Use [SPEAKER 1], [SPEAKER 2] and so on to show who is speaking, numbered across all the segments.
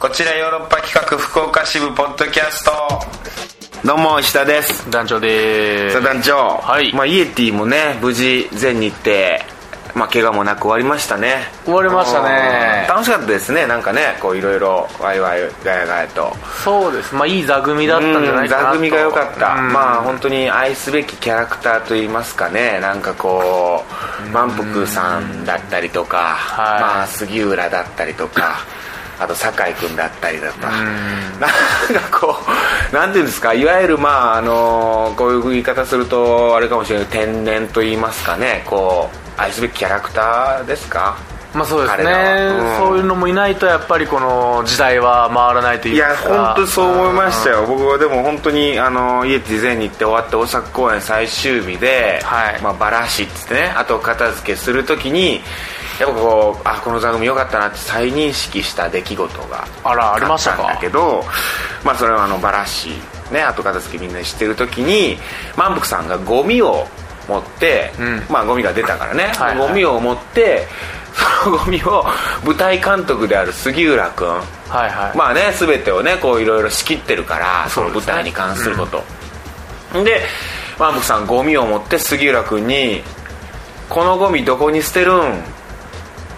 [SPEAKER 1] こちらヨーロッパ企画福岡支部ポッドキャストどうも石田です
[SPEAKER 2] 団長でー
[SPEAKER 1] さあ
[SPEAKER 2] す
[SPEAKER 1] 団長、
[SPEAKER 2] はい
[SPEAKER 1] まあ、イエティもね無事全日程まあ怪我もなく終わりましたね
[SPEAKER 2] 終わりましたね
[SPEAKER 1] うん楽しかったですねなんかねこういろいろワイワイガヤガヤと
[SPEAKER 2] そうですまあいい座組だったんじゃないかなと
[SPEAKER 1] 座組が良かった、
[SPEAKER 2] うん
[SPEAKER 1] まあ本当に愛すべきキャラクターといいますかねなんかこう満腹さんだったりとか、
[SPEAKER 2] い
[SPEAKER 1] まあ、杉浦だったりとかあと酒井君だったりだとか、なんかこうなんていうんですかいわゆるまああのこういう言い方するとあれかもしれない天然と言いますかねこう愛すべきキャラクターですか
[SPEAKER 2] まあそうです
[SPEAKER 1] 彼らはう
[SPEAKER 2] ね
[SPEAKER 1] ん
[SPEAKER 2] そういうのもいないとやっぱりこの時代は回らないとい
[SPEAKER 1] いう
[SPEAKER 2] か
[SPEAKER 1] や本当にそう思いましたよ僕はでも本当にあの家事前に行って終わって大阪公演最終日で、
[SPEAKER 2] はい
[SPEAKER 1] まあ、バラしっつってね後片付けするときにやっぱこうあこの座組良かったなって再認識した出来事が
[SPEAKER 2] あらありました
[SPEAKER 1] あったん
[SPEAKER 2] か
[SPEAKER 1] だけど、まあ、それはあのバラしね後片付けみんなしてる時に満腹さんがゴミを持って、
[SPEAKER 2] ん
[SPEAKER 1] まあゴミが出たからね、
[SPEAKER 2] はいはい
[SPEAKER 1] ゴミを持ってそのゴミを舞台監督である杉浦君
[SPEAKER 2] はいはい、
[SPEAKER 1] まあね全てをねこういろいろ仕切ってるからその
[SPEAKER 2] そうで
[SPEAKER 1] 舞
[SPEAKER 2] すね
[SPEAKER 1] 台に関すること、でマンブクさんゴミを持って杉浦君に「このゴミどこに捨てるん?」っ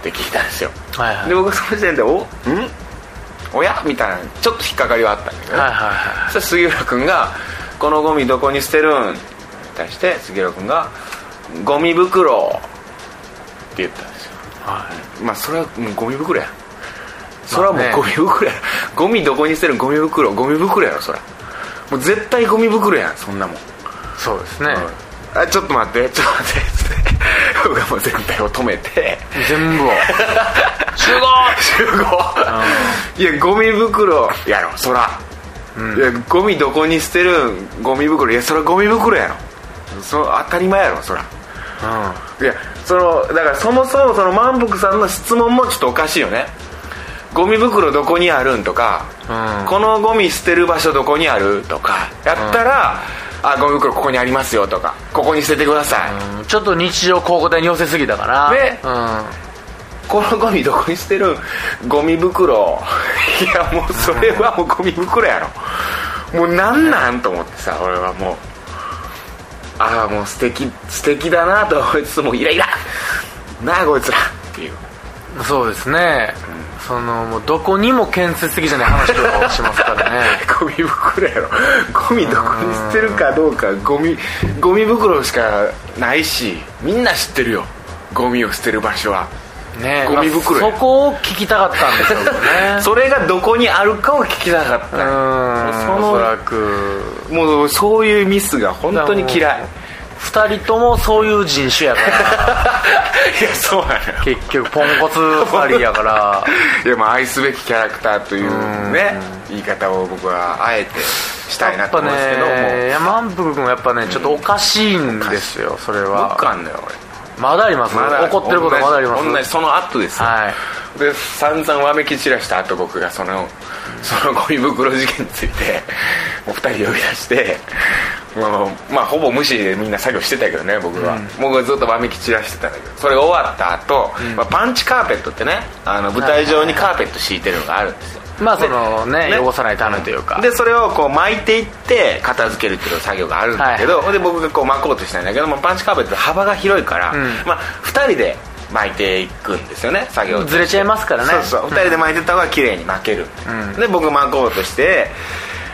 [SPEAKER 1] て聞いたんですよ
[SPEAKER 2] はいはい
[SPEAKER 1] で僕その時点で「おんおや?」みたいなちょっと引っかかりはあったんだけどね、
[SPEAKER 2] はいはいは
[SPEAKER 1] そし
[SPEAKER 2] い
[SPEAKER 1] たら杉浦君が「このゴミどこに捨てるん?」に対して杉浦君が「ゴミ袋」って言ったんですよ
[SPEAKER 2] はい
[SPEAKER 1] まあそれはもうゴミ袋や それはもう
[SPEAKER 2] まあね
[SPEAKER 1] ゴミ袋や、ゴミどこに捨てるんゴミ袋ゴミ袋やろそれもう絶対ゴミ袋やんそんなもん、
[SPEAKER 2] そうですね、
[SPEAKER 1] あちょっと待ってちょっと待ってつって僕はもう全体を止めて
[SPEAKER 2] 全部を集合
[SPEAKER 1] 集合いやゴミ袋やろそら、いやゴミどこに捨てるんゴミ袋いやそれはゴミ袋やろその当たり前やろそら
[SPEAKER 2] うん
[SPEAKER 1] いやそのだからそもそもその万福さんの質問もちょっとおかしいよねゴミ袋どこにあるんとか、
[SPEAKER 2] うん
[SPEAKER 1] このゴミ捨てる場所どこにあるとかやったら、あゴミ袋ここにありますよとかここに捨ててください、
[SPEAKER 2] うんちょっと日常高校でに寄せすぎたから
[SPEAKER 1] ね
[SPEAKER 2] う
[SPEAKER 1] このゴミどこに捨てるんゴミ袋 いやもうそれはもうゴミ袋やろもうなんなんと思ってさ俺はもうああもう素敵素敵だなと思いつつもうイライラなあこいつらっていうん
[SPEAKER 2] そうですね、そのもうどこにも建設的じゃない話とかをしますからね
[SPEAKER 1] ゴミ袋やろゴミどこに捨てるかどうかゴミゴミ袋しかないしみんな知ってるよゴミを捨てる場所は
[SPEAKER 2] ね
[SPEAKER 1] ゴミ袋
[SPEAKER 2] ま
[SPEAKER 1] や
[SPEAKER 2] あそこを聞きたかったんでしょうけどね
[SPEAKER 1] それがどこにあるかを聞きたかっ
[SPEAKER 2] うー
[SPEAKER 1] そ
[SPEAKER 2] ん
[SPEAKER 1] の
[SPEAKER 2] おそらく
[SPEAKER 1] たもうそういうミスが本当に嫌い
[SPEAKER 2] 2人ともそういう人種やから
[SPEAKER 1] いやそうなのよ
[SPEAKER 2] 結局ポンコツ2人やから
[SPEAKER 1] いやまあ愛すべきキャラクターというね言い方を僕はあえてしたい
[SPEAKER 2] や
[SPEAKER 1] な
[SPEAKER 2] っ
[SPEAKER 1] と
[SPEAKER 2] ぱ
[SPEAKER 1] 思うんですけど
[SPEAKER 2] ね
[SPEAKER 1] も
[SPEAKER 2] 山んぷく君はやっぱねちょっとおかしいんですよそれ
[SPEAKER 1] う
[SPEAKER 2] は
[SPEAKER 1] 僕あんのよ
[SPEAKER 2] まだあります、
[SPEAKER 1] 俺まだ
[SPEAKER 2] 怒ってることはまだありま
[SPEAKER 1] 同じ同じ
[SPEAKER 2] す
[SPEAKER 1] その後ですよ
[SPEAKER 2] はい
[SPEAKER 1] で散々わめき散らした後僕がそのそのゴミ袋事件についてもう2人呼び出してまあまあ、まあ、ほぼ無視でみんな作業してたけどね僕は、僕はずっとわめき散らしてたんだけどそれが終わった後、まあパンチカーペットってねあの舞台上にカーペット敷いてるのがあるんですよ
[SPEAKER 2] まあそのね
[SPEAKER 1] ね
[SPEAKER 2] 汚さないためというか
[SPEAKER 1] でそれをこう巻いていって片付けるっていう作業があるんだけど、ほんで僕がこう巻こうとしたんだけどもパンチカーペットって幅が広いから、
[SPEAKER 2] ん
[SPEAKER 1] まあ、2人で巻いていくんですよね作業
[SPEAKER 2] ずれちゃいますからね
[SPEAKER 1] そうそう2人で巻いてた方が綺麗に巻ける、で僕巻こうとして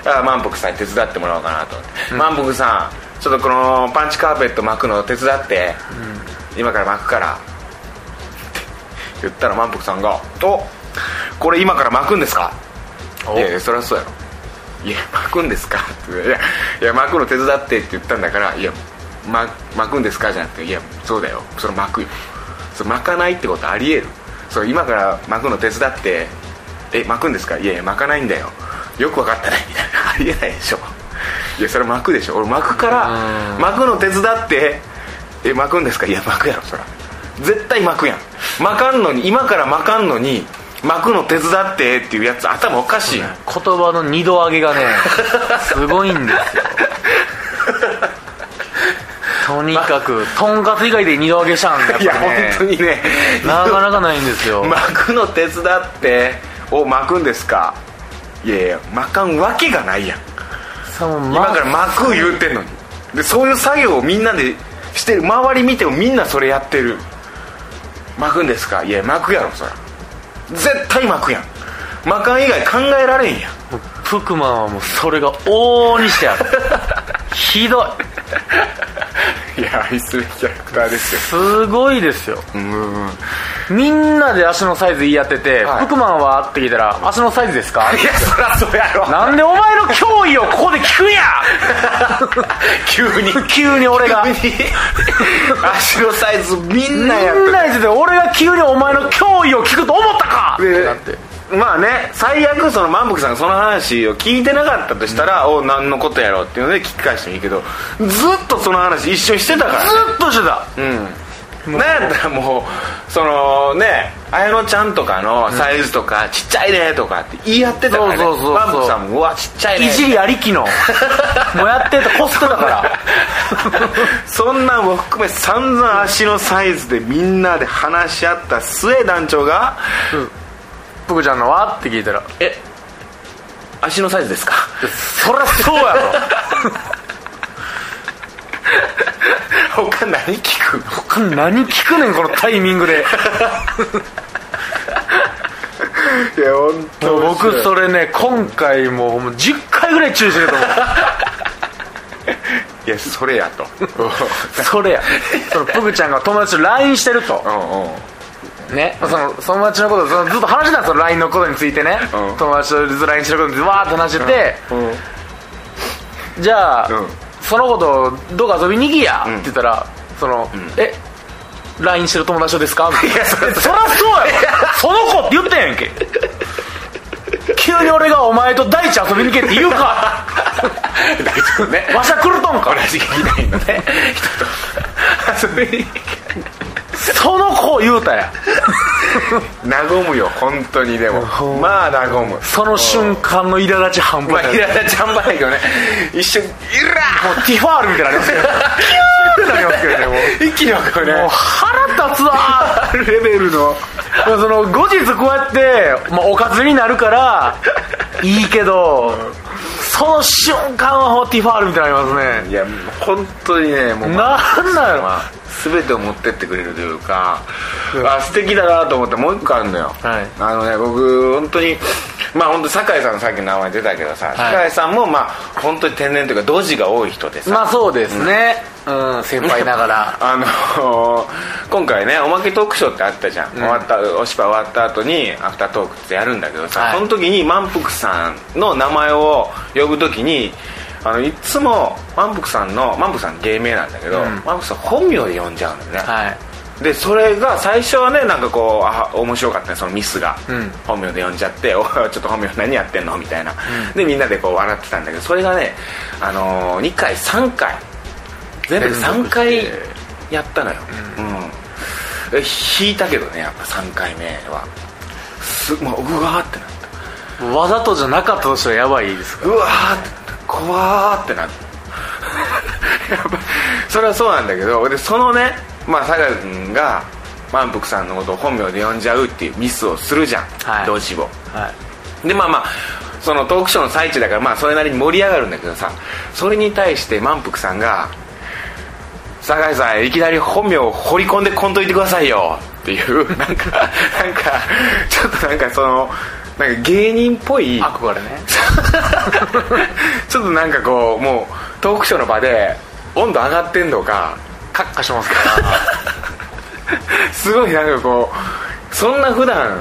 [SPEAKER 1] あ満腹さんに手伝ってもらおうかなと思って、満腹さんちょっとこのパンチカーペット巻くの手伝って、今から巻くからって言ったら満腹さんが「おこれ今から巻くんですか?」
[SPEAKER 2] お
[SPEAKER 1] いやいやそりゃそうやろ「いや巻くんですか?」って言ういやいや巻くの手伝って」って言ったんだから「いや、ま、巻くんですか?」じゃなくて「いやそうだよそれ巻くよそれ巻かないってことありえるそれ今から巻くの手伝ってえ巻くんですかいやいや巻かないんだよよく分かったねみたいな ありえないでしょいやそれ巻くでしょ俺巻くから巻くの手伝ってえ巻くんですかいや巻くやろそら絶対巻くやん巻かんのに今から巻かんのに巻くの手伝ってっていうやつ頭おかしいやん
[SPEAKER 2] 言葉の二度上 げがねすごいんですよとにかくとんかつ以外で二度上げしたんだ
[SPEAKER 1] いや本当
[SPEAKER 2] に
[SPEAKER 1] にね
[SPEAKER 2] なかなかないんですよ、
[SPEAKER 1] 巻くの手伝ってを巻くんですかいやいや巻かんわけがないやん
[SPEAKER 2] さも
[SPEAKER 1] 今から巻く言うてんのにでそういう作業をみんなでしてる周り見てもみんなそれやってる巻くんですかいや巻くやろそら絶対巻くやん巻かん以外考えられんやん
[SPEAKER 2] もうプクマンはもうそれが往々にしてあるひどい
[SPEAKER 1] いや愛すべきキャラクターですよ
[SPEAKER 2] すごいですよ
[SPEAKER 1] うん
[SPEAKER 2] みんなで足のサイズ言い合ってて、
[SPEAKER 1] はい
[SPEAKER 2] プクマンはって聞いたら足のサイズですか
[SPEAKER 1] いやそらそうやろ
[SPEAKER 2] なんでお前の脅威をここで聞くんや
[SPEAKER 1] 急に
[SPEAKER 2] 急に俺が
[SPEAKER 1] 急に足のサイズみ
[SPEAKER 2] み
[SPEAKER 1] ん
[SPEAKER 2] ん
[SPEAKER 1] なやっ
[SPEAKER 2] なやつで俺が急にお前の脅威を聞くと思ったか
[SPEAKER 1] て
[SPEAKER 2] って
[SPEAKER 1] で
[SPEAKER 2] なって
[SPEAKER 1] まあね最悪その万福さんがその話を聞いてなかったとしたら、お何のことやろうっていうので聞き返してもいいけどずっとその話一緒にしてたからね
[SPEAKER 2] ずっとしてた
[SPEAKER 1] うんなんやったらもうそのね綾乃ちゃんとかのサイズとか、ちっちゃいねとかって言い合ってたからね
[SPEAKER 2] そうそうそうそう
[SPEAKER 1] 万福さんもうわちっちゃいね
[SPEAKER 2] いじりありきのもうやってたこすって たから
[SPEAKER 1] そんなんも含め散々足のサイズでみんなで話し合った末団長が
[SPEAKER 2] プクちゃんのはって聞いたら
[SPEAKER 1] 「え足のサイズですか?」
[SPEAKER 2] そりゃそうやろ
[SPEAKER 1] 他何聞く
[SPEAKER 2] これ何聞くねんこのタイミングで
[SPEAKER 1] いや本当
[SPEAKER 2] 僕それね今回もうもう10回ぐらい注意してると思う
[SPEAKER 1] いやそれや と
[SPEAKER 2] それやそのプグちゃんが友達と LINE してると
[SPEAKER 1] うんうん
[SPEAKER 2] ねそのその友達のことそのずっと話してたんですよ LINE のことについてね、
[SPEAKER 1] うん
[SPEAKER 2] 友達とずっと LINE してることについてわーって話してて、じゃあ、
[SPEAKER 1] うん
[SPEAKER 2] そのことどうか遊びに行きや、って言ったらその、え LINE してる友達とですかみたいなそりゃそうやろその子って言ったやんけ急に俺がお前と大地遊びに行けって言うか
[SPEAKER 1] 大丈夫ね
[SPEAKER 2] わしゃ来るとん
[SPEAKER 1] 同
[SPEAKER 2] か
[SPEAKER 1] じ劇団員のね人と遊びに
[SPEAKER 2] その子言うたや
[SPEAKER 1] 和むよ本当にでもまあ和む
[SPEAKER 2] その瞬間の苛立ち半
[SPEAKER 1] まあ
[SPEAKER 2] 端ない
[SPEAKER 1] 平田ちゃんばないけどね一瞬「イラ
[SPEAKER 2] もうティファールみたいになります けどキューってなりますけどねもう
[SPEAKER 1] ー!」一気に分かる
[SPEAKER 2] もう
[SPEAKER 1] ね
[SPEAKER 2] 腹立つわ
[SPEAKER 1] あるレベルの
[SPEAKER 2] ーその後日こうやって、まあ、おかずになるからいいけどその瞬間はもうティファールみたいになります
[SPEAKER 1] い
[SPEAKER 2] ね
[SPEAKER 1] や本当にねもう
[SPEAKER 2] なんなんやろ
[SPEAKER 1] まあ全てを持ってってくれるというか、あ素敵だなと思ってもう一個あるのよ、
[SPEAKER 2] はい
[SPEAKER 1] あのね僕本当にまあ本当酒井さんのさっきの名前出たけどさ、酒井さんもまあ本当に天然というかドジが多い人でさ、
[SPEAKER 2] まあそうですねうん、先輩ながら
[SPEAKER 1] あの今回ねおまけトークショーってあったじゃん、終わったお芝居終わった後にアフタートークってやるんだけどさ、
[SPEAKER 2] はい
[SPEAKER 1] その時に満腹さんの名前を呼ぶ時にあのいつも満腹さんの満腹さん芸名なんだけど、
[SPEAKER 2] うん
[SPEAKER 1] 満腹さん本名で呼んじゃうのね、
[SPEAKER 2] はい
[SPEAKER 1] でそれが最初はねなんかこうあ面白かったねそのミスが、
[SPEAKER 2] うん
[SPEAKER 1] 本名で呼んじゃって「 おいちょっと本名何やってんの?」みたいな、でみんなでこう笑ってたんだけどそれがね、あのー2回3回全部で3回やったのよ、うんえ引いたけどねやっぱ3回目はすもううわーってなった
[SPEAKER 2] わざとじゃなかったとしたらやばいですか
[SPEAKER 1] うわーって怖ーってなる やっぱそれはそうなんだけどでそのねまあ酒井君が満腹さんのことを本名で呼んじゃうっていうミスをするじゃん、
[SPEAKER 2] はい
[SPEAKER 1] どうしよ
[SPEAKER 2] はい、
[SPEAKER 1] うでまあまあそのトークショーの最中だからまあそれなりに盛り上がるんだけどさそれに対して満腹さんが「酒井さんいきなり本名を掘り込んでこんといてくださいよ」っていうなんかなんかちょっとなんかそのなんか芸人っぽい
[SPEAKER 2] 憧れね
[SPEAKER 1] ちょっとなんかこうもうトークショーの場で温度上がってんのか
[SPEAKER 2] カッカしてます から
[SPEAKER 1] すごいなんかこうそんな普段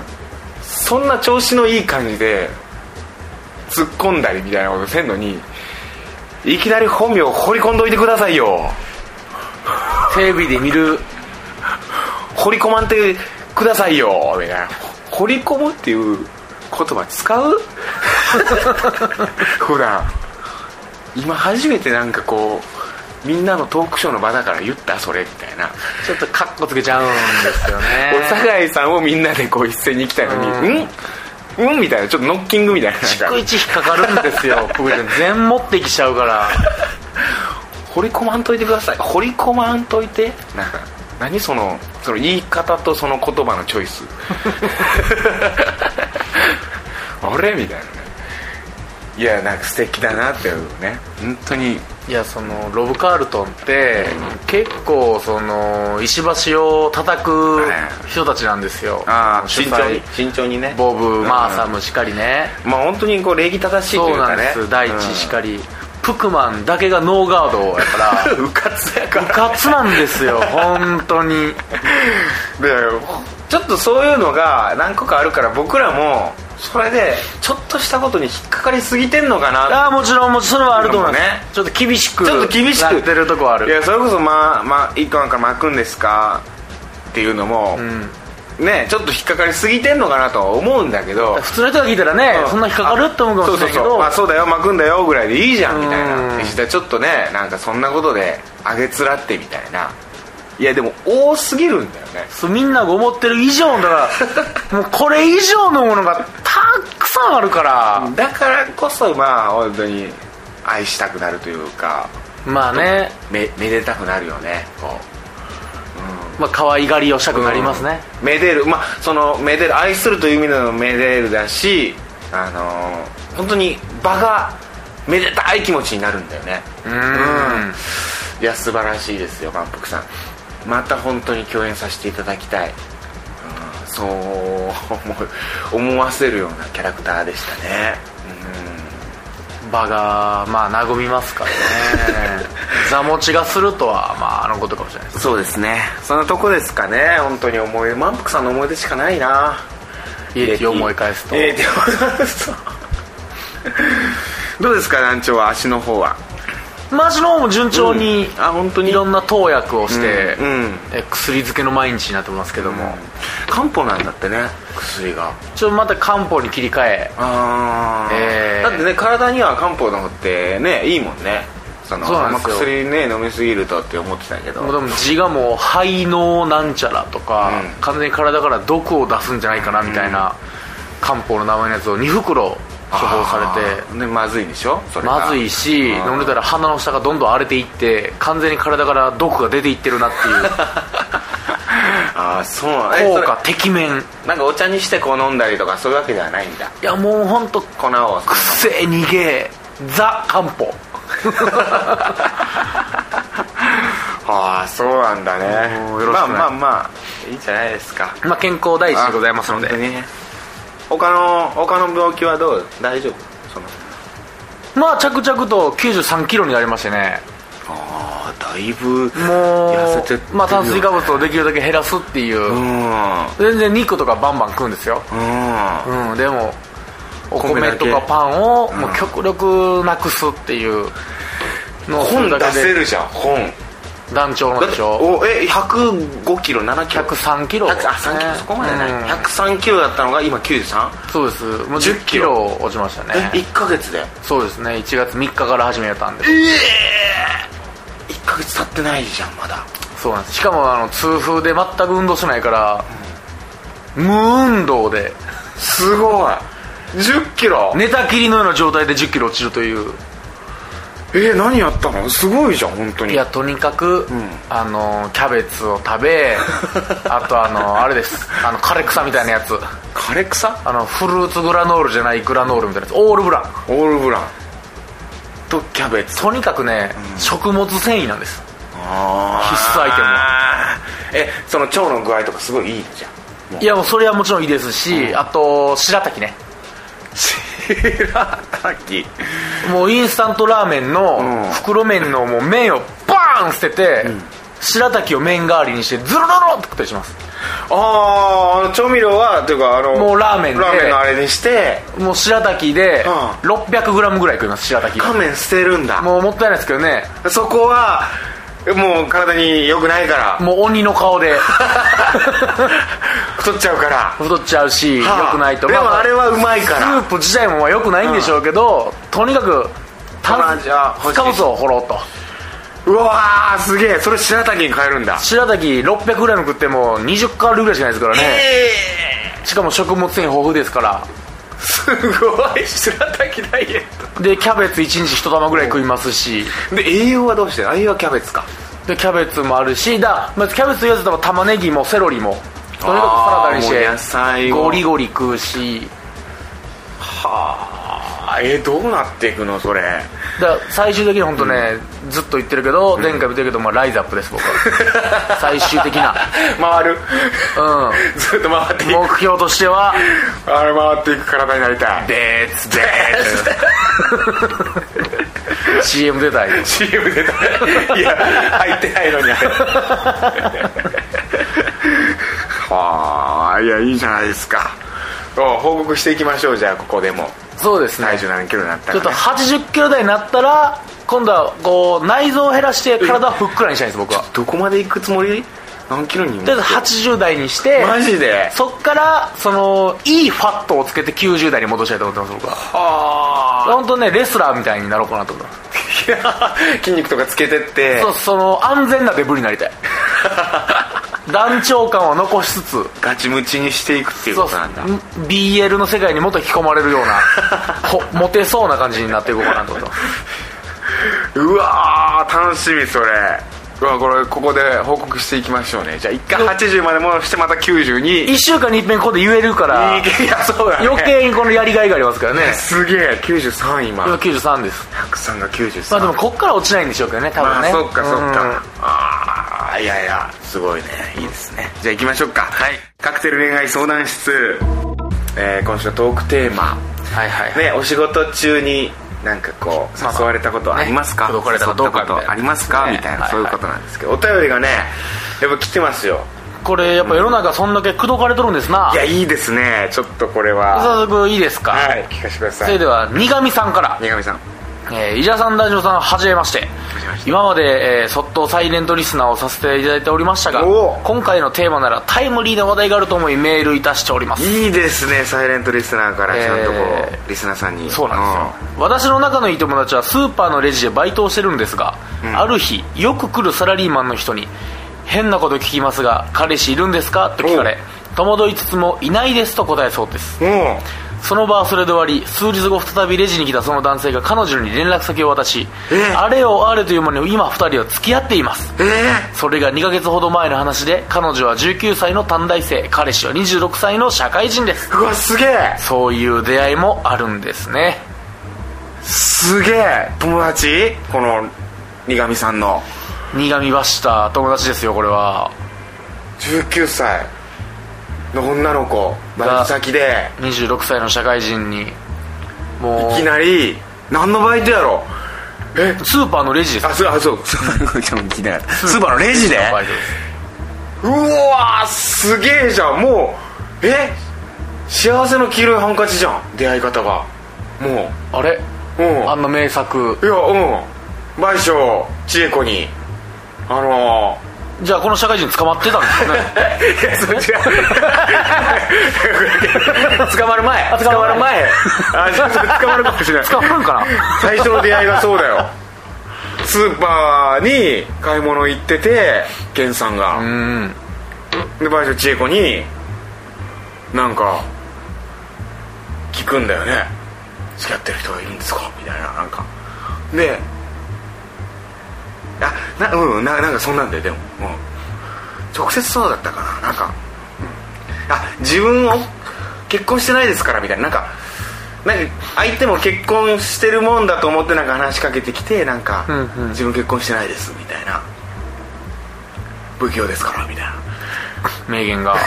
[SPEAKER 1] そんな調子のいい感じで突っ込んだりみたいなことせんのにいきなり本名を掘り込んどいてくださいよ
[SPEAKER 2] テレビで見る
[SPEAKER 1] 掘り込まんてくださいよみたいな掘り込むっていう言葉使う 普段今初めてなんかこうみんなのトークショーの場だから言ったそれみたいな
[SPEAKER 2] ちょっとカッコつけちゃうんですよね
[SPEAKER 1] お酒井さんをみんなでこう一斉に行きたいのにうんうんみたいなちょっとノッキングみたいななん
[SPEAKER 2] 逐
[SPEAKER 1] か
[SPEAKER 2] 一引っかかるんですよ僕ちゃん全持ってきちゃうから
[SPEAKER 1] 掘り込まんといてください掘り込まんといてなんか何その その言い方とその言葉のチョイス俺みたいなねいやなんか素敵だなっていうね本当に
[SPEAKER 2] いやそのロブ・カールトンって結構その石橋を叩く人たちなんですよ
[SPEAKER 1] ああ
[SPEAKER 2] 主催
[SPEAKER 1] 慎重に慎重にね
[SPEAKER 2] ボブ・マーサムしかりね、
[SPEAKER 1] まあ本当にこう礼儀正しいと
[SPEAKER 2] そ
[SPEAKER 1] いううか
[SPEAKER 2] なん
[SPEAKER 1] ね
[SPEAKER 2] です、第一しか
[SPEAKER 1] り
[SPEAKER 2] り、プクマンだけがノーガードやから
[SPEAKER 1] うかつやから
[SPEAKER 2] うかつなんですよ本当に
[SPEAKER 1] でちょっとそういうのが何個かあるから僕らもそれでちょっとしたことに引っかかりすぎてんのかなって
[SPEAKER 2] ああもちろんもちろんそれはあると思います
[SPEAKER 1] でもね
[SPEAKER 2] ちょっと厳しく
[SPEAKER 1] ちょっと厳しく
[SPEAKER 2] なってるとこはあ
[SPEAKER 1] い
[SPEAKER 2] る
[SPEAKER 1] やそれこそまあまあ一個なんか巻くんですかっていうのも、ねちょっと引っかかりすぎてんのかなとは思うんだけど
[SPEAKER 2] 普通の人が聞いたらね、
[SPEAKER 1] うん
[SPEAKER 2] そんな引っかかるって思うか
[SPEAKER 1] そ
[SPEAKER 2] も
[SPEAKER 1] う
[SPEAKER 2] しれ
[SPEAKER 1] そう
[SPEAKER 2] な
[SPEAKER 1] そ
[SPEAKER 2] いけ
[SPEAKER 1] う
[SPEAKER 2] ど
[SPEAKER 1] まあそうだよ巻くんだよぐらいでいいじゃんみたいな
[SPEAKER 2] うん
[SPEAKER 1] で実際ちょっとねなんかそんなことであげつらってみたいないやでも多すぎるんだよね
[SPEAKER 2] そうみんなが思ってる以上の だからもうこれ以上のものがたくさんあるから、
[SPEAKER 1] だからこそまあ本当に愛したくなるというか
[SPEAKER 2] まあね
[SPEAKER 1] めめでたくなるよねこ
[SPEAKER 2] まあ可愛がりをしたく
[SPEAKER 1] う
[SPEAKER 2] なりますね、
[SPEAKER 1] うんめでるまあそのめでる愛するという意味でのめでるだしあのー本当に場がめでたい気持ちになるんだよね
[SPEAKER 2] うん
[SPEAKER 1] いや素晴らしいですよ満腹さんまた本当に共演させていただきたい、うん、そう思う思わせるようなキャラクターでしたね
[SPEAKER 2] 場がまあ和みますか らね座持ちがするとはまああのことかもしれないです
[SPEAKER 1] そうですねそんなとこですかね本当に思い出満腹さんの思い出しかないな
[SPEAKER 2] イエティを思い返すと
[SPEAKER 1] イエティを思い返すと どうですか団長は足の方は
[SPEAKER 2] マジの方も順調に、
[SPEAKER 1] うんあ本当に
[SPEAKER 2] いろんな投薬をして、
[SPEAKER 1] うんうん
[SPEAKER 2] え薬漬けの毎日になってますけども、
[SPEAKER 1] 漢方なんだってね薬が
[SPEAKER 2] ちょっとまた漢方に切り替え
[SPEAKER 1] あー
[SPEAKER 2] えー
[SPEAKER 1] だってね体には漢方の方ってねいいもんねその
[SPEAKER 2] そうなんですよ
[SPEAKER 1] あま薬ね飲みすぎるとって思ってたけど
[SPEAKER 2] もうでも字がもう肺のなんちゃらとか、
[SPEAKER 1] うん
[SPEAKER 2] 完全に体から毒を出すんじゃないかなみたいな、漢方の名前のやつを2袋処方されて
[SPEAKER 1] てまずいんでしょそれが
[SPEAKER 2] まずいし
[SPEAKER 1] あー
[SPEAKER 2] 飲んでたら鼻の下がどんどん荒れていって完全に体から毒が出ていってるなってい
[SPEAKER 1] ああそうなん
[SPEAKER 2] う効
[SPEAKER 1] え
[SPEAKER 2] 果てきめん
[SPEAKER 1] それなんかお茶にしてこう飲んだりとかそういうわけではないんだ
[SPEAKER 2] いやもう本当
[SPEAKER 1] 粉を
[SPEAKER 2] くせえ逃げえザ漢方
[SPEAKER 1] ああそうなんだね
[SPEAKER 2] もうよろし
[SPEAKER 1] ま
[SPEAKER 2] く
[SPEAKER 1] あ
[SPEAKER 2] ね
[SPEAKER 1] まあまあいいんじゃないですか
[SPEAKER 2] まあ健康第一でございますので
[SPEAKER 1] あ本当にね他の他の病気はどう大丈夫その
[SPEAKER 2] まあ着々と9 3キロになりましてね
[SPEAKER 1] ああだいぶ
[SPEAKER 2] もう
[SPEAKER 1] 痩せてってるよね
[SPEAKER 2] まあ、炭水化物をできるだけ減らすっていう、
[SPEAKER 1] うん
[SPEAKER 2] 全然肉とかバンバン食うんですよ、
[SPEAKER 1] うん
[SPEAKER 2] うん、でもお
[SPEAKER 1] 米だ
[SPEAKER 2] 米
[SPEAKER 1] け
[SPEAKER 2] とかパンをもううん極力なくすっていうのをす
[SPEAKER 1] 本
[SPEAKER 2] るだ
[SPEAKER 1] 出
[SPEAKER 2] け
[SPEAKER 1] せ
[SPEAKER 2] で
[SPEAKER 1] るじゃん本
[SPEAKER 2] 団長の
[SPEAKER 1] だっ
[SPEAKER 2] でしてょ
[SPEAKER 1] おえ105キロ7キロ
[SPEAKER 2] 103キロ
[SPEAKER 1] 100あ3キロ
[SPEAKER 2] ね
[SPEAKER 1] そこまでない、
[SPEAKER 2] うん
[SPEAKER 1] 103キロだったのが今 93?1
[SPEAKER 2] そうですもう
[SPEAKER 1] 10
[SPEAKER 2] 10
[SPEAKER 1] キ
[SPEAKER 2] キ
[SPEAKER 1] ロ
[SPEAKER 2] ロ落ちましたね
[SPEAKER 1] ヶ月で
[SPEAKER 2] そうですね1月3日から始めたんで
[SPEAKER 1] ええ1ヶ月経ってないじゃんまだ
[SPEAKER 2] そうなんですしかもあの痛風で全く運動しないから、無運動です
[SPEAKER 1] ごい10キロ、
[SPEAKER 2] 寝たきりのような状態で1 0キロ落ちるという
[SPEAKER 1] えー、何やったのすごいじゃん本当に
[SPEAKER 2] いやとにかく、あのキャベツを食 べあとあのあれですあの枯れ草みたいなやつ
[SPEAKER 1] 枯れ草
[SPEAKER 2] あのフルーツグラノールじゃないグラノールみたいなやつオールブラン
[SPEAKER 1] オールブランとキャベツ
[SPEAKER 2] とにかくね、食物繊維なんです
[SPEAKER 1] あー
[SPEAKER 2] 必須アイテム
[SPEAKER 1] えその腸の具合とかすごいいい じゃん
[SPEAKER 2] いやもうそれはもちろんいいですし、あと白滝ね
[SPEAKER 1] 白滝
[SPEAKER 2] もうインスタントラーメン
[SPEAKER 1] うん
[SPEAKER 2] の袋麺のもう麺をバーン捨てて、白滝を麺代わりにしてズルルルって食ったりします
[SPEAKER 1] あーあの調味料はというかあの
[SPEAKER 2] もうラーメンで
[SPEAKER 1] ラーメンのあれにして
[SPEAKER 2] もう白滝で
[SPEAKER 1] う
[SPEAKER 2] 600g ぐらい食います白滝
[SPEAKER 1] ラーメン捨てるんだ
[SPEAKER 2] もうもったいないですけどね
[SPEAKER 1] そこはもう体に良くないから
[SPEAKER 2] もう鬼の 顔で
[SPEAKER 1] 太っちゃうから
[SPEAKER 2] 太っちゃうし、良
[SPEAKER 1] はあ
[SPEAKER 2] くないと
[SPEAKER 1] でもあれはうまい
[SPEAKER 2] ス
[SPEAKER 1] から
[SPEAKER 2] ープ自体もまあ良くないんでしょうけど、とにかく
[SPEAKER 1] 炭
[SPEAKER 2] 炭
[SPEAKER 1] 水
[SPEAKER 2] 水
[SPEAKER 1] 化物
[SPEAKER 2] 化物を掘ろうと
[SPEAKER 1] うわーすげえそれ白滝に変えるんだ
[SPEAKER 2] 白滝600ぐらいの食っても20カロリーぐらいしかないですからね、
[SPEAKER 1] え
[SPEAKER 2] しかも食物繊維豊富ですから
[SPEAKER 1] ーすごい白滝ダイエッ
[SPEAKER 2] でキャベツ1日1玉ぐらい食いますし
[SPEAKER 1] トで栄養はどうしてる栄養はキャベツか
[SPEAKER 2] でキャベツもあるしだまずキャベツ言わずとも玉ねぎもセロリもとにかくサラダにし
[SPEAKER 1] あーもう野菜
[SPEAKER 2] て
[SPEAKER 1] を
[SPEAKER 2] ゴリゴリ食うし
[SPEAKER 1] はあえどうなっていくのそれ
[SPEAKER 2] だから最終的に本当ね、ずっと言ってるけど、前回も言ってるけど、まあ、ライズアップです僕は最終的な
[SPEAKER 1] 回る
[SPEAKER 2] う
[SPEAKER 1] ずっと回ってい
[SPEAKER 2] ん目標としては
[SPEAKER 1] くあれ回っていく体になりたい
[SPEAKER 2] ベーツベーツ CM 出たい
[SPEAKER 1] CM 出たいや入ってないのに入ってはあいやいいじゃないですかお報告していきましょうじゃあここでも
[SPEAKER 2] そうですね
[SPEAKER 1] 体重何キロになった
[SPEAKER 2] ちょ
[SPEAKER 1] か、
[SPEAKER 2] っ
[SPEAKER 1] ね、
[SPEAKER 2] と80キロ台になったら今度はこう内臓を減らして体をふっくらにしたいんです僕は
[SPEAKER 1] どこまで行くつもり何キロに
[SPEAKER 2] とりあえず80代にして
[SPEAKER 1] マジで
[SPEAKER 2] そっからそのいいファットをつけて90代に戻したいと思ってます僕は
[SPEAKER 1] は
[SPEAKER 2] 本当ねレスラーみたいになろうかなと思ってます
[SPEAKER 1] あ筋肉とかつけてって
[SPEAKER 2] そうその安全なデブになりた い団長感を残しつつ
[SPEAKER 1] ガチムチにしていくっていう
[SPEAKER 2] そ
[SPEAKER 1] こ
[SPEAKER 2] う
[SPEAKER 1] となんだ
[SPEAKER 2] BL の世界にもっと引き込まれるよ うなほモテそうな感じになっていこうかなと思ってます
[SPEAKER 1] うわー楽しみそれうわこれここで報告していきましょうねじゃあ一回80まで戻してまた90に
[SPEAKER 2] 1週間に一遍ここで言えるから
[SPEAKER 1] いやそうだね
[SPEAKER 2] 余計にこのやりがいがありますからね
[SPEAKER 1] すげえ93今
[SPEAKER 2] 今93です
[SPEAKER 1] 100さんが93
[SPEAKER 2] まあでもこっから落ちないんでしょうけどね多分ね、
[SPEAKER 1] まあそっかそっ
[SPEAKER 2] うん
[SPEAKER 1] かああいやいやすごいねいいですねじゃあ行きましょうかはいカクテル恋愛相談室、えー今週のトークテーマ
[SPEAKER 2] はいはい、
[SPEAKER 1] ねお仕事中になんかこう
[SPEAKER 2] まあ
[SPEAKER 1] 誘われたことありますか、
[SPEAKER 2] ね口説かれたかどうかみ
[SPEAKER 1] 誘ったこ
[SPEAKER 2] たいな
[SPEAKER 1] とありますか、
[SPEAKER 2] ね
[SPEAKER 1] みたいな、
[SPEAKER 2] はい
[SPEAKER 1] そういうことなんですけどお便りがねやっぱ来てますよ
[SPEAKER 2] これやっぱ世の中そんだけ口説かれとるんですない
[SPEAKER 1] やいいですねちょっとこれは
[SPEAKER 2] 早速いいですか、
[SPEAKER 1] はい聞かせてくだ
[SPEAKER 2] そ
[SPEAKER 1] さ
[SPEAKER 2] れ
[SPEAKER 1] い
[SPEAKER 2] では苦上さんから
[SPEAKER 1] 三上さん
[SPEAKER 2] えー、伊者さん、大丈さん、はじめまして
[SPEAKER 1] じめまし。て
[SPEAKER 2] 今まで、えー、そっとサイレントリスナーをさせていただいておりましたが
[SPEAKER 1] おお、
[SPEAKER 2] 今回のテーマならタイムリーな話題があると思いメールいたしております。
[SPEAKER 1] いいですねサイレントリスナーからちゃんとこう、
[SPEAKER 2] え
[SPEAKER 1] リスナーさんに
[SPEAKER 2] そうなんですよ、私の仲のいい友達はスーパーのレジでバイトをしてるんですが、ある日よく来るサラリーマンの人に変なこと聞きますが彼氏いるんですかと聞かれ戸惑いつつもいないですと答えそうです
[SPEAKER 1] うんうん
[SPEAKER 2] その場はそれで終わり数日後再びレジに来たその男性が彼女に連絡先を渡し、
[SPEAKER 1] え
[SPEAKER 2] あれよあれという間に今2人は付き合っています
[SPEAKER 1] え
[SPEAKER 2] それが2ヶ月ほど前の話で彼女は19歳の短大生彼氏は26歳の社会人です
[SPEAKER 1] ー、うわすげえ
[SPEAKER 2] そういう出会いもあるんですね
[SPEAKER 1] すげえ友達この三上さんの
[SPEAKER 2] 苦みました友達ですよこれは
[SPEAKER 1] 19歳の女の子バイト先で
[SPEAKER 2] 26歳の社会人にも
[SPEAKER 1] いき
[SPEAKER 2] う
[SPEAKER 1] なり何のバイトやろえ
[SPEAKER 2] スーパーのレジです
[SPEAKER 1] あそうあそう そうちょっと聞いてなかったスーパーのレジで
[SPEAKER 2] バイトです
[SPEAKER 1] うわーすげえじゃんもうえ幸せの黄色いハンカチじゃん出会い方がも
[SPEAKER 2] あれ
[SPEAKER 1] ううん
[SPEAKER 2] あんな名作
[SPEAKER 1] いやうん倍賞千恵子にあの
[SPEAKER 2] じゃあこの社会人捕まってたんですかね
[SPEAKER 1] ー、い やそっち 捕まる前
[SPEAKER 2] あ捕まる前
[SPEAKER 1] あそうそう捕まるかもしれない
[SPEAKER 2] 捕まるんかな
[SPEAKER 1] 最初の出会いがそうだよスーパーに買い物行ってて健さんが
[SPEAKER 2] うん
[SPEAKER 1] で倍賞千恵子になんか聞くんだよね付き合ってる人がいるんですかみたいななんかであなうんななんかそんなんだよでも、うん、直接そうだったかななんか、うんあ自分を結婚してないですからみたいななんかなんか相手も結婚してるもんだと思ってなんか話しかけてきてなんか、
[SPEAKER 2] うんうん
[SPEAKER 1] 自分結婚してないですみたいな不器用ですからみたいな
[SPEAKER 2] 名言が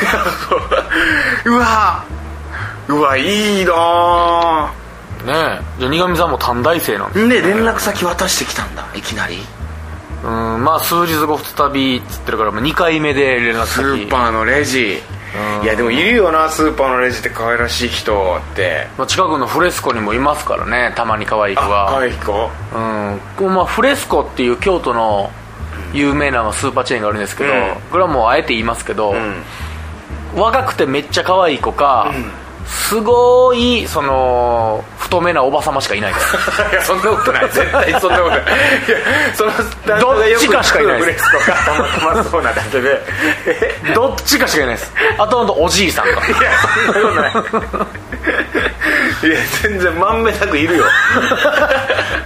[SPEAKER 1] うわうわいいな
[SPEAKER 2] ねえじゃあ苦みさんも短大生なんで
[SPEAKER 1] で連絡先渡してきたんだいきなり
[SPEAKER 2] うんまあ数日後再びっつってるから、まあ、2回目で連絡
[SPEAKER 1] ス
[SPEAKER 2] 先
[SPEAKER 1] ーパーのレジいやでもいるよなスーパーのレジって可愛らしい人って
[SPEAKER 2] まあ、近くのフレスコにもいますからねたまに可愛い子
[SPEAKER 1] あ可
[SPEAKER 2] が
[SPEAKER 1] 愛い子
[SPEAKER 2] うんこうまあ、フレスコっていう京都の有名なスーパーチェーンがあるんですけど、
[SPEAKER 1] うん
[SPEAKER 2] これはもうあえて言いますけど、
[SPEAKER 1] うん
[SPEAKER 2] 若くてめっちゃ可愛い子か、すごいその太めなおばさましかいないです
[SPEAKER 1] いやそんなことない絶対そんなことないいやその男性がよく
[SPEAKER 2] どっちかしかいない
[SPEAKER 1] 来るブレスとかたまたまそうなだけで え
[SPEAKER 2] どっちかしかいないですあとほんとおじいさんか
[SPEAKER 1] いやそんなことないいや全然まんべんなくいるよ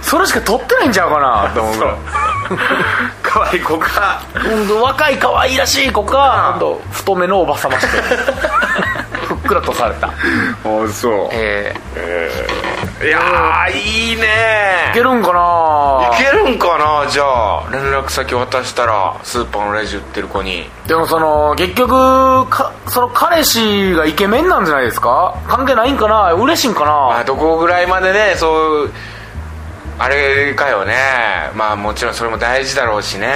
[SPEAKER 2] それしか撮ってないんちゃうかなと思うぐらい
[SPEAKER 1] 可愛い子か
[SPEAKER 2] ほんと若い可愛いらしい子かほんと太めのおばさましてふっくらとされた
[SPEAKER 1] あそう
[SPEAKER 2] え
[SPEAKER 1] いやーいいね
[SPEAKER 2] ー、いけるんかない
[SPEAKER 1] けるんかなじゃあ連絡先渡したらスーパーのレジ売ってる子に
[SPEAKER 2] でもその結局かその彼氏がイケメンなんじゃないですか関係ないんかな嬉しいんか
[SPEAKER 1] まあ
[SPEAKER 2] な
[SPEAKER 1] どこぐらいまでねそういうあれかよねまあもちろんそれも大事だろうしね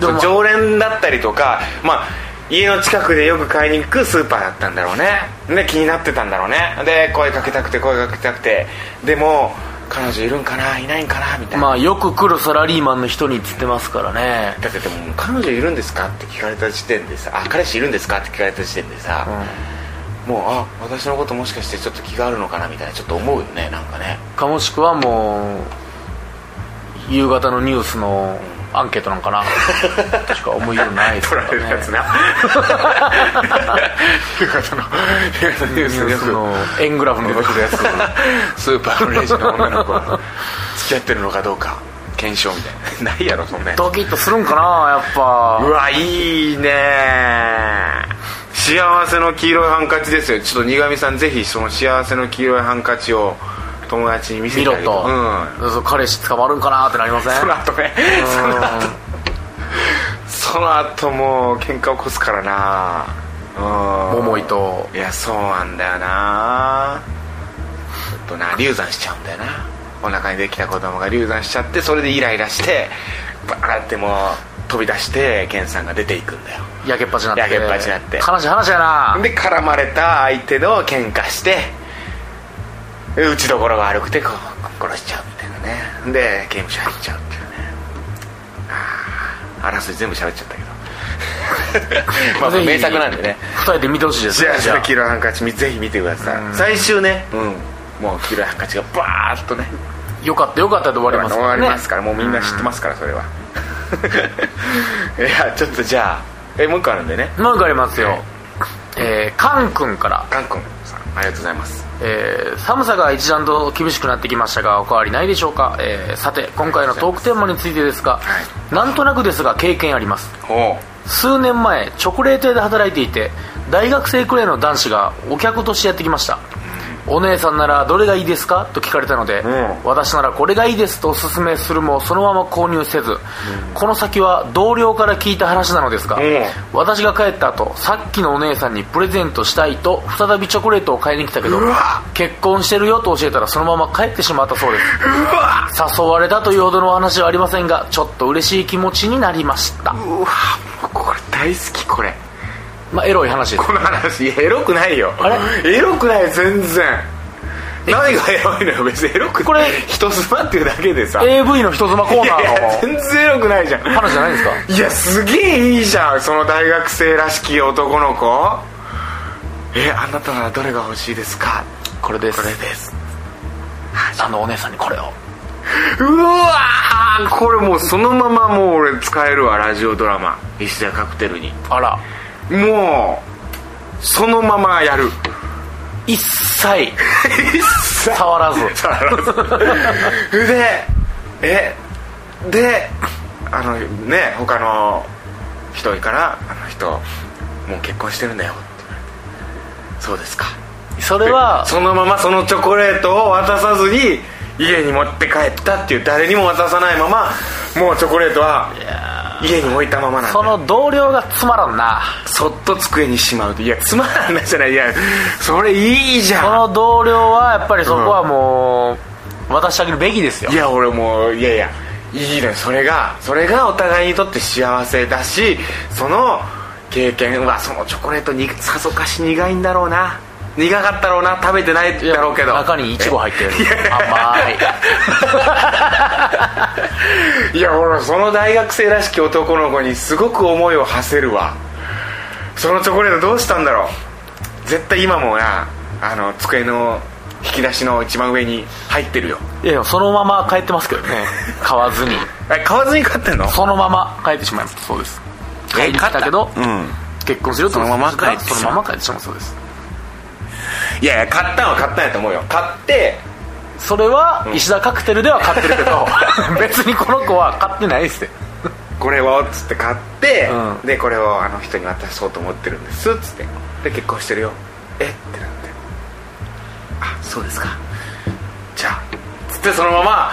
[SPEAKER 2] でもまあ
[SPEAKER 1] 常連だったりとかまあ家の近くでよく買いに行くスーパーだったんだろうねで気になってたんだろうねで声かけたくて声かけたくてでも彼女いるんかないないんかなみたいな、
[SPEAKER 2] まあよく来るサラリーマンの人にっつってますからね
[SPEAKER 1] だってでも彼女いるんですかって聞かれた時点でさあ彼氏いるんですかって聞かれた時点でさ、もうあ私のこともしかしてちょっと気があるのかなみたいなちょっと思うよねなんかね
[SPEAKER 2] かもしくはもう夕方のニュースのアンケートな んかなしか思いようないです
[SPEAKER 1] 取
[SPEAKER 2] からら
[SPEAKER 1] れるやつ
[SPEAKER 2] ね
[SPEAKER 1] な夕方の夕方のニュ
[SPEAKER 2] ニュ
[SPEAKER 1] ースでよ
[SPEAKER 2] ー
[SPEAKER 1] く
[SPEAKER 2] スの円グラフの出てくるやつ
[SPEAKER 1] スーパーのレジの女の子が付き合ってるのかどうか検証みたいなないやろそんなやつ
[SPEAKER 2] ドキッとするんかなやっ
[SPEAKER 1] う
[SPEAKER 2] ぱ
[SPEAKER 1] わいいね幸せの黄色いハンカチですよちょっと苦味さんぜひその幸せの黄色いハンカチを友達に見せて
[SPEAKER 2] 見ろ
[SPEAKER 1] あげて
[SPEAKER 2] と、
[SPEAKER 1] うん
[SPEAKER 2] そう彼氏捕まるんかなってなりません
[SPEAKER 1] その後ねその後その後もう喧嘩起こすからなうん
[SPEAKER 2] 桃井と
[SPEAKER 1] いやそうなんだよなちょっとな流産しちゃうんだよなお腹にできた子供が流産しちゃってそれでイライラしてバーってもう飛び出してケンさんが出ていくんだよ
[SPEAKER 2] 焼けっぱちになって
[SPEAKER 1] 焼けっぱちになって
[SPEAKER 2] 悲しい話やな
[SPEAKER 1] で絡まれた相手の喧嘩して打ちどころが悪くてこう殺しちゃうみたいなねで刑務所入っちゃうっていうねあーあらすじ全部喋っちゃったけどまあ
[SPEAKER 2] ぜひ
[SPEAKER 1] 名作なんでね
[SPEAKER 2] 二人で見てほしいです
[SPEAKER 1] じ
[SPEAKER 2] ね
[SPEAKER 1] ゃあ
[SPEAKER 2] じゃあ
[SPEAKER 1] 黄色いハンカチみぜひ見てください最終ね、うん、もう黄色いハンカチがバーッとね
[SPEAKER 2] よかったよかったで終わります
[SPEAKER 1] 終
[SPEAKER 2] から
[SPEAKER 1] わ
[SPEAKER 2] ね
[SPEAKER 1] りますから、もうみんな知ってますからそれは いやちょっとじゃあえもう一個あるんでね
[SPEAKER 2] もう一個ありますよ、えー、カン君から、
[SPEAKER 1] カン君さんありがとうございます
[SPEAKER 2] えー寒さが一段と厳しくなってきましたがお変わりないでしょうか、えーさて今回のトークテーマについてですが、
[SPEAKER 1] はい
[SPEAKER 2] なんとなくですが経験あります
[SPEAKER 1] おう
[SPEAKER 2] 数年前チョコレート屋で働いていて大学生くらいの男子がお客としてやってきましたお姉さんならどれがいいですかと聞かれたので、
[SPEAKER 1] ん
[SPEAKER 2] 私ならこれがいいですとおすすめするもそのまま購入せず、この先は同僚から聞いた話なのですが、
[SPEAKER 1] ん
[SPEAKER 2] 私が帰った後さっきのお姉さんにプレゼントしたいと再びチョコレートを買いに来たけど結婚してるよと教えたらそのまま帰ってしまったそうです誘われたというほどのお話はありませんがちょっと嬉しい気持ちになりました、
[SPEAKER 1] うわもうこれ大好きこれ
[SPEAKER 2] まあ、エロい話です
[SPEAKER 1] この話いやエロくないよ
[SPEAKER 2] あ
[SPEAKER 1] エロくない全然何がエロいのよ別にエロく
[SPEAKER 2] これ
[SPEAKER 1] 人妻っていうだけでさ
[SPEAKER 2] AV の人妻コー
[SPEAKER 1] い
[SPEAKER 2] ナ
[SPEAKER 1] やいや
[SPEAKER 2] ーの
[SPEAKER 1] 全然エロくないじゃん
[SPEAKER 2] 話じゃないですか
[SPEAKER 1] いやすげえいいじゃんその大学生らしき男の子えあなたならどれが欲しいですか
[SPEAKER 2] これです
[SPEAKER 1] これです
[SPEAKER 2] あのお姉さんにこれを
[SPEAKER 1] うわーこれもうそのままもう俺使えるわラジオドラマ「石田カクテルに」
[SPEAKER 2] あら
[SPEAKER 1] もうそのままやる
[SPEAKER 2] 一切 触らず
[SPEAKER 1] でえであのね他の人から「あの人もう結婚してるんだよ」って言われてそうですか」
[SPEAKER 2] それは
[SPEAKER 1] そのままそのチョコレートを渡さずに家に持って帰ったっていう誰にも渡さないままもうチョコレートは家に置いたままなんだ
[SPEAKER 2] その同僚がつまらんな
[SPEAKER 1] そっと机にしまうといやつまらないじゃないいやそれいいじ
[SPEAKER 2] そ
[SPEAKER 1] ゃん
[SPEAKER 2] の同僚はやっぱりそこはもう渡してあげるべきですよ
[SPEAKER 1] いや俺もういやいやいいねそれがそれがお互いにとって幸せだしその経験はそのチョコレートにさぞかし苦いんだろうな苦かったろうな食べてないだろうけど
[SPEAKER 2] 中にイチゴ入ってる甘い
[SPEAKER 1] いや俺その大学生らしき男の子にすごく思いを馳せるわそのチョコレートどうしたんだろう絶対今もなあの机の引き出しの一番上に入ってるよ
[SPEAKER 2] いやいやそのまま帰ってますけどね買わずに
[SPEAKER 1] え買わずに買ってんの
[SPEAKER 2] そのまま帰ってしまいますそうです帰ってきたけど、
[SPEAKER 1] うん
[SPEAKER 2] 結婚するよと
[SPEAKER 1] そのまま帰ってしまう
[SPEAKER 2] そのまま帰ってしまうそうです
[SPEAKER 1] いやいや買ったのは買ったんやと思うよ買って
[SPEAKER 2] それは石田カクテルでは買ってるけど 別にこの子は買ってないですって
[SPEAKER 1] これをっつって買って、
[SPEAKER 2] うん
[SPEAKER 1] でこれをあの人に渡そうと思ってるんですっつってで結婚してるよえってなってあそうですかじゃあつってそのまま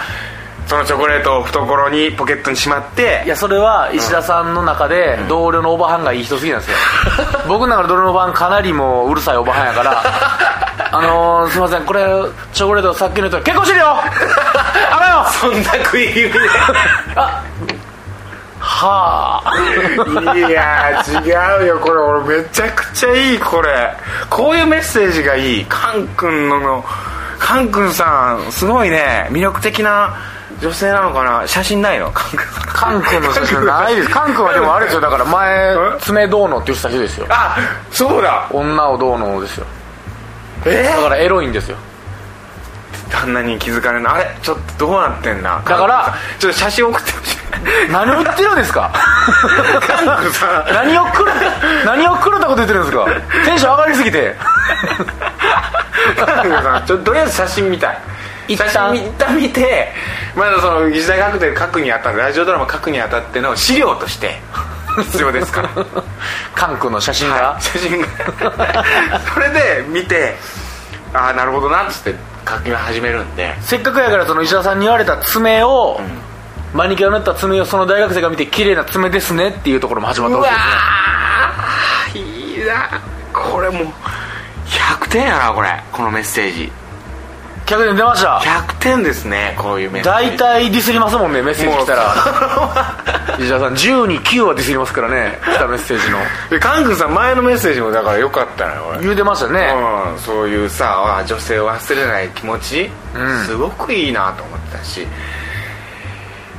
[SPEAKER 1] そのチョコレートを懐にポケットにしまって
[SPEAKER 2] いやそれは石田さんの中で同僚のおばはんがいい人すぎなんですよ、 僕の中で同僚のおばはんかなりもううるさいおばはんやから あのー、すいませんこれチョコレートさっきの人結婚 してるよあらよ
[SPEAKER 1] そんな食い 気味で
[SPEAKER 2] はあ
[SPEAKER 1] いやー違うよこれ俺めちゃくちゃいいこれこういうメッセージがいいカン君ののカン君さんすごいね魅力的な女性なのかな写真ないのカン君さん
[SPEAKER 2] カン君の写真ないですカン君はでもあれですよだから前
[SPEAKER 1] え
[SPEAKER 2] 爪どうのって言ってた人ですよ
[SPEAKER 1] あそうだ
[SPEAKER 2] 女をどうのですよ
[SPEAKER 1] え
[SPEAKER 2] だからエロいんですよ
[SPEAKER 1] ー、あんなに気づかれないあれちょっとどうなってんだ
[SPEAKER 2] だから
[SPEAKER 1] カン君さんちょっと写真送 ってほしい
[SPEAKER 2] 何を言ってるんですか
[SPEAKER 1] カン君さん
[SPEAKER 2] 何をくる何を狂ったこと言ってるんですかテンション上がりすぎて
[SPEAKER 1] カン君さんちょっととりあえず写真見たい
[SPEAKER 2] 一
[SPEAKER 1] 写
[SPEAKER 2] 旦
[SPEAKER 1] 真見た見てまだその時代学で書くにあたるラジオドラマ書くにあたっての資料として必要ですから
[SPEAKER 2] カン君の写真が、
[SPEAKER 1] 写真がそれで見てああなるほどなっつって書き始めるんで
[SPEAKER 2] せっかくやからその石田さんに言われた爪を、マニキュアの塗った爪をその大学生が見て綺麗な爪ですねっていうところも始まっ
[SPEAKER 1] う
[SPEAKER 2] たわ
[SPEAKER 1] わ
[SPEAKER 2] けですね
[SPEAKER 1] ーいいなこれもう100点やなこれこのメッセージ
[SPEAKER 2] 客に出ました
[SPEAKER 1] 100点ですねこういうメッセージ
[SPEAKER 2] 大体ディスりますもんねメッセージ来たら石田さん10に9はディスりますからね来たメッセージの
[SPEAKER 1] でカン君さん前のメッセージもだからよかったのよ俺
[SPEAKER 2] 言うてましたね、
[SPEAKER 1] うん、そういうさあ女性を忘れない気持ち、
[SPEAKER 2] うん
[SPEAKER 1] すごくいいなと思ったし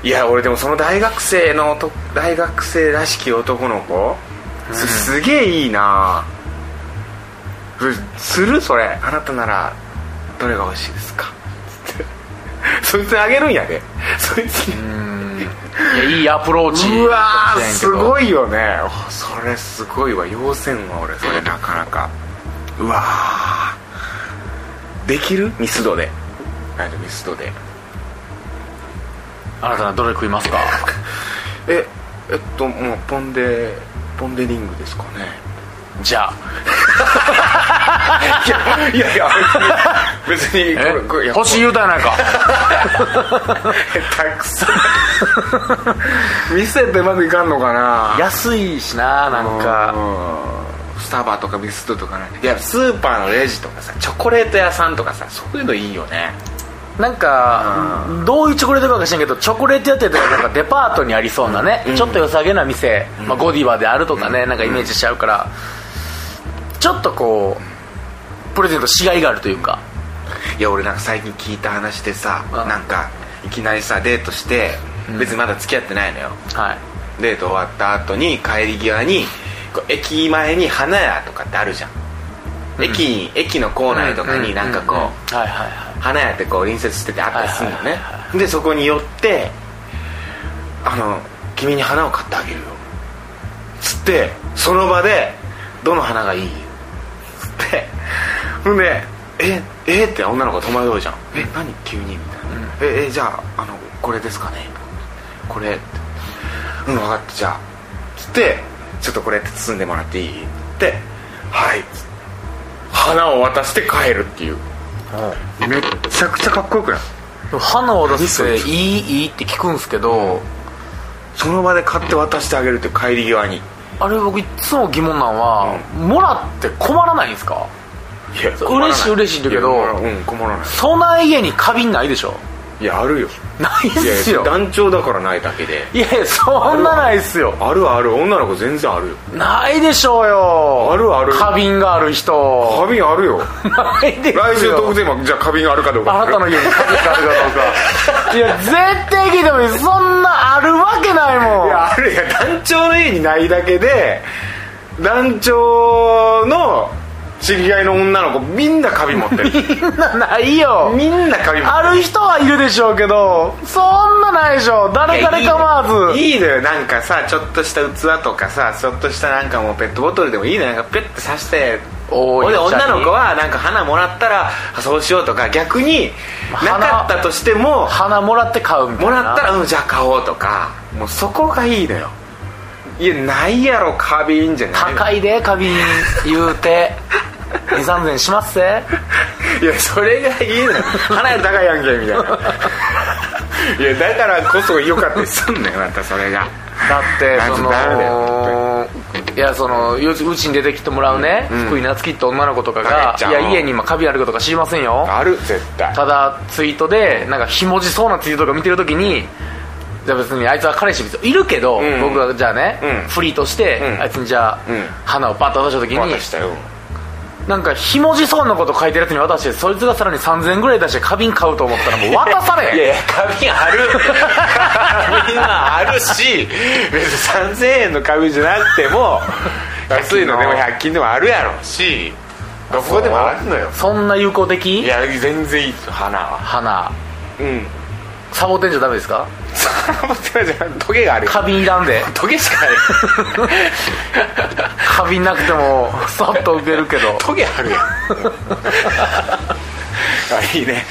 [SPEAKER 1] いや俺でもその大学生のと大学生らしき男の子、すすげえいいなふするそれあなたならどれが欲しいですかつってそいつにあげるんやでそいつに
[SPEAKER 2] いやいいアプローチ
[SPEAKER 1] うわー
[SPEAKER 2] やったんやけ
[SPEAKER 1] す
[SPEAKER 2] ど
[SPEAKER 1] ごいよねおそれすごいわ要せんわ俺それなかなかうわーできるミスドではいミスドで
[SPEAKER 2] あなたはどれ食いますか
[SPEAKER 1] ええっともうポンデポンデリングですかね
[SPEAKER 2] じゃあ
[SPEAKER 1] いやいや別に
[SPEAKER 2] え
[SPEAKER 1] これこれいや
[SPEAKER 2] 星言うたやないか
[SPEAKER 1] 下手くそ見せてまずいかんのかな
[SPEAKER 2] 安いしななんか
[SPEAKER 1] うんスタバとかミスドとかねいやスーパーのレジとかさチョコレート屋さんとかさそういうのいいよね
[SPEAKER 2] なんかどういうチョコレートかか知らんけどチョコレート屋って言ったらなんかデパートにありそうなね、ちょっと良さげな店、まあ、ゴディバであるとかね、なんかイメージしちゃうから、ちょっとこうプレゼントしがいがあるというか、
[SPEAKER 1] いや俺なんか最近聞いた話でさ
[SPEAKER 2] うん
[SPEAKER 1] なんかいきなりさデートして
[SPEAKER 2] うん
[SPEAKER 1] 別にまだ付き合ってないのよ
[SPEAKER 2] はい
[SPEAKER 1] デート終わった後に帰り際にこう駅前に花屋とかってあるじゃん
[SPEAKER 2] ん
[SPEAKER 1] 駅に駅の構内とかになんかこう
[SPEAKER 2] はいはいはい
[SPEAKER 1] 花屋ってこう隣接しててあったりするの
[SPEAKER 2] はい
[SPEAKER 1] ね
[SPEAKER 2] はい
[SPEAKER 1] でそこに寄って「あの君に花を買ってあげるよ」つってその場で「どの花がいい?」つってほんで「ええって女の子が戸惑うじゃん「え何急に?」みたいな「ええじゃああのこれですかね?」これって「うん分かったじゃあ」つって「ちょっとこれって包んでもらっていい?」って「はい」花を渡して帰るっていうめっちゃくちゃかっこよくない
[SPEAKER 2] でも花を出すっていいいいって聞くんですけど、
[SPEAKER 1] その場で買って渡してあげるっていう帰り際にい
[SPEAKER 2] あれ僕いつも疑問なんは、もらって困らないんですか
[SPEAKER 1] や
[SPEAKER 2] 困らない嬉しい嬉しいんだけど
[SPEAKER 1] や困らうん困らない
[SPEAKER 2] そんな家に花瓶ないでしょ
[SPEAKER 1] いやあるよ
[SPEAKER 2] ないっ
[SPEAKER 1] いや
[SPEAKER 2] す
[SPEAKER 1] いや
[SPEAKER 2] よ
[SPEAKER 1] 団長だからないだけで
[SPEAKER 2] いやいやそんなないっすよ
[SPEAKER 1] あるある女の子全然あるよ
[SPEAKER 2] ないでしょうよ
[SPEAKER 1] あるある
[SPEAKER 2] 花瓶がある人
[SPEAKER 1] 花瓶あるよ
[SPEAKER 2] ないですよ
[SPEAKER 1] 来週特典はじゃあ花瓶あるかどうか
[SPEAKER 2] あなたの家に花瓶があるかどうかいや絶対聞いてもいいそんなあるわけないもん
[SPEAKER 1] いやあるいや団長の家にないだけで団長の知り合いの女の子みんな花瓶持 ってる
[SPEAKER 2] みんなないよ
[SPEAKER 1] みんな花瓶持ってる
[SPEAKER 2] ある人はいるでしょうけどそんなないでしょ誰かで構わず
[SPEAKER 1] いいのよなんかさちょっとした器とかさちょっとしたなんかもうペットボトルでもいいのよなんかペッて刺して
[SPEAKER 2] おー
[SPEAKER 1] ほんで
[SPEAKER 2] いいじゃん
[SPEAKER 1] 女の子はなんか花もらったらあそうしようとか逆にな
[SPEAKER 2] 花
[SPEAKER 1] かったとしても
[SPEAKER 2] 花もらって買うみたい
[SPEAKER 1] も
[SPEAKER 2] な
[SPEAKER 1] らったらうんじゃあ買おうとかもうそこがいいのよいやないやろ花瓶じゃない
[SPEAKER 2] 高いで花瓶言うて2000円しますぜ
[SPEAKER 1] いやそれがいいの よ花屋高いやんけみたいないやだからこそ良かったりすんのよまたそれが
[SPEAKER 2] だって
[SPEAKER 1] なん
[SPEAKER 2] そ
[SPEAKER 1] てなるね
[SPEAKER 2] のいやその要するにうちに出てきてもらうね、福井夏樹って女の子とか
[SPEAKER 1] はい
[SPEAKER 2] が、
[SPEAKER 1] じゃあ
[SPEAKER 2] いや家に今カビあることか知りませんよ
[SPEAKER 1] ある絶対
[SPEAKER 2] ただツイートでなんかひもじそうなツイートとか見てるときにじゃあ別にあいつは彼氏別にいるけど、
[SPEAKER 1] ん
[SPEAKER 2] 僕がじゃあね、
[SPEAKER 1] うん
[SPEAKER 2] フリーとして、
[SPEAKER 1] うん
[SPEAKER 2] あいつにじゃあ、
[SPEAKER 1] うん
[SPEAKER 2] 花をパッと渡したときに
[SPEAKER 1] 渡したよ
[SPEAKER 2] なんかひもじそうなこと書いてるやつに渡してそいつがさらに3000円ぐらい出して花瓶買うと思ったらもう渡されへん
[SPEAKER 1] いやいや花 瓶ある花瓶はあるし別に3000円の花瓶じゃなくても 安いのでも100均でもあるやろしどこでもあるのよ
[SPEAKER 2] そんな有効
[SPEAKER 1] い
[SPEAKER 2] 的
[SPEAKER 1] や全然いいです花は
[SPEAKER 2] 花
[SPEAKER 1] うん
[SPEAKER 2] サボテンじゃダメですか
[SPEAKER 1] そんなことじゃ トゲがあるよ
[SPEAKER 2] 花瓶いらんで
[SPEAKER 1] トゲしか ない
[SPEAKER 2] 花瓶なくてもそっと受けるけど
[SPEAKER 1] トゲある やんあいいね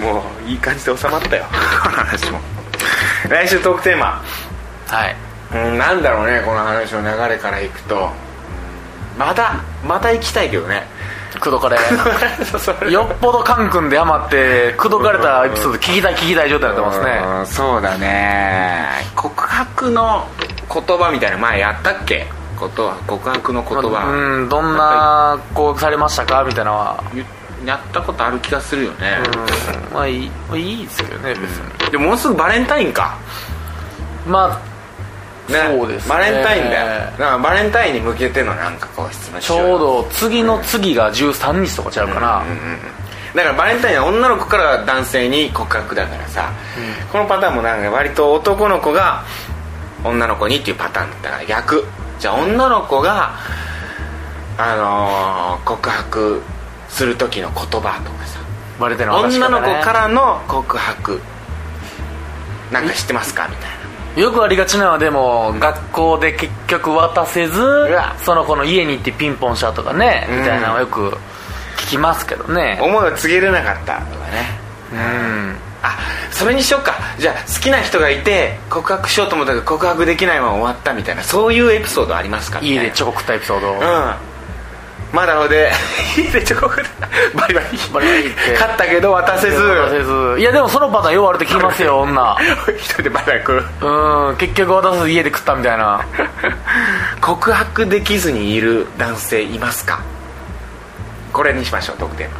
[SPEAKER 1] もういい感じで収まったよ この話も来週トークテーマ
[SPEAKER 2] はい
[SPEAKER 1] うんなんだろうねこの話の流れからいくとうんまたまた行きたいけどね
[SPEAKER 2] 口説かれ
[SPEAKER 1] それ
[SPEAKER 2] よっぽどカン君で余って口説かれたエピソード聞きたい聞きたい状態になってま
[SPEAKER 1] うんそうだね告白の言葉みたいな前やったっけことは告白の言
[SPEAKER 2] すね
[SPEAKER 1] 葉
[SPEAKER 2] うんどんなこうされましたかみたいなのは
[SPEAKER 1] ゆやったことある気がするよね、
[SPEAKER 2] うんまあいいまあいいですけどね別に
[SPEAKER 1] でももうすぐバレンタインか
[SPEAKER 2] ま
[SPEAKER 1] ね
[SPEAKER 2] そうですね
[SPEAKER 1] バレンタインだよだからバレンタインに向けてのなんかこう質問
[SPEAKER 2] あ
[SPEAKER 1] し
[SPEAKER 2] ちょうど次の次が13日とかちゃうかな
[SPEAKER 1] だからバレンタインは女の子から男性に告白だからさ、このパターンもなんか割と男の子が女の子にっていうパターンだったから逆じゃあ女の子があのー告白する時の言葉とかさ
[SPEAKER 2] バレてるの
[SPEAKER 1] 女の子からの告白なんか知ってますかみたいな
[SPEAKER 2] よくありがちなのはでも学校で結局渡せず
[SPEAKER 1] わ
[SPEAKER 2] その子の家に行ってピンポンしたとかね
[SPEAKER 1] うん
[SPEAKER 2] みたいなのはよく聞きますけどね
[SPEAKER 1] 思いを告げれなかったとかね
[SPEAKER 2] うん
[SPEAKER 1] あそれにしよっかじゃあ好きな人がいて告白しようと思ったけど告白できないまま終わったみたいなそういうエピソードありますかみたい
[SPEAKER 2] 家
[SPEAKER 1] な
[SPEAKER 2] でチョコ食ったエピソード
[SPEAKER 1] うんまだほで 家でチョコ食ったバリバリ
[SPEAKER 2] バリバリって
[SPEAKER 1] 勝ったけど渡せず
[SPEAKER 2] 渡せずいやでもそのパターンようあるって聞きますよ女
[SPEAKER 1] 一人でバラく
[SPEAKER 2] うん結局渡せず家で食ったみたいな
[SPEAKER 1] 告白できずにいる男性いますかこれにしましょう特定の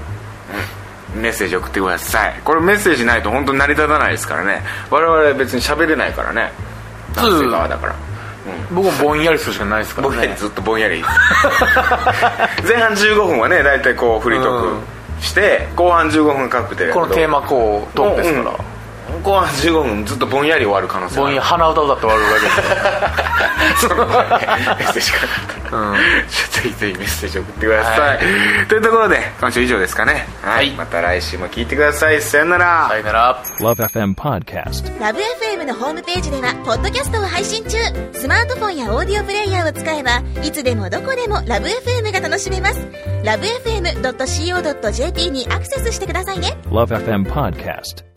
[SPEAKER 1] メッセージ送ってくださいこれメッセージないと本当に成り立たないですからね我々別に喋れないからね
[SPEAKER 2] そう
[SPEAKER 1] 男性側だから
[SPEAKER 2] 僕もぼんやりするしかないですから
[SPEAKER 1] ぼんやり
[SPEAKER 2] ね
[SPEAKER 1] ずっとぼんや り前半15分はね大体こうフリートークして、後半15分各テレ
[SPEAKER 2] このテーマこうトークですから、
[SPEAKER 1] うん後半15分ずっとぼんやり終わる可能性
[SPEAKER 2] ぼ
[SPEAKER 1] あ
[SPEAKER 2] ん
[SPEAKER 1] る
[SPEAKER 2] や鼻歌歌って終わるだけですから
[SPEAKER 1] そのメッセージかなかった、ぜひぜひメッセージ送ってください、というところで今週以上ですかねはい、また来週も聞いてくださいさよなら、
[SPEAKER 2] さよなら
[SPEAKER 3] Love FM Podcast.
[SPEAKER 4] ラブ f m のホームページではポッドキャストを配信中スマートフォンやオーディオプレイヤーを使えばいつでもどこでもラブ f m が楽しめますラブ FM.co.jp にアクセスしてくださいね
[SPEAKER 3] Love FM Podcast.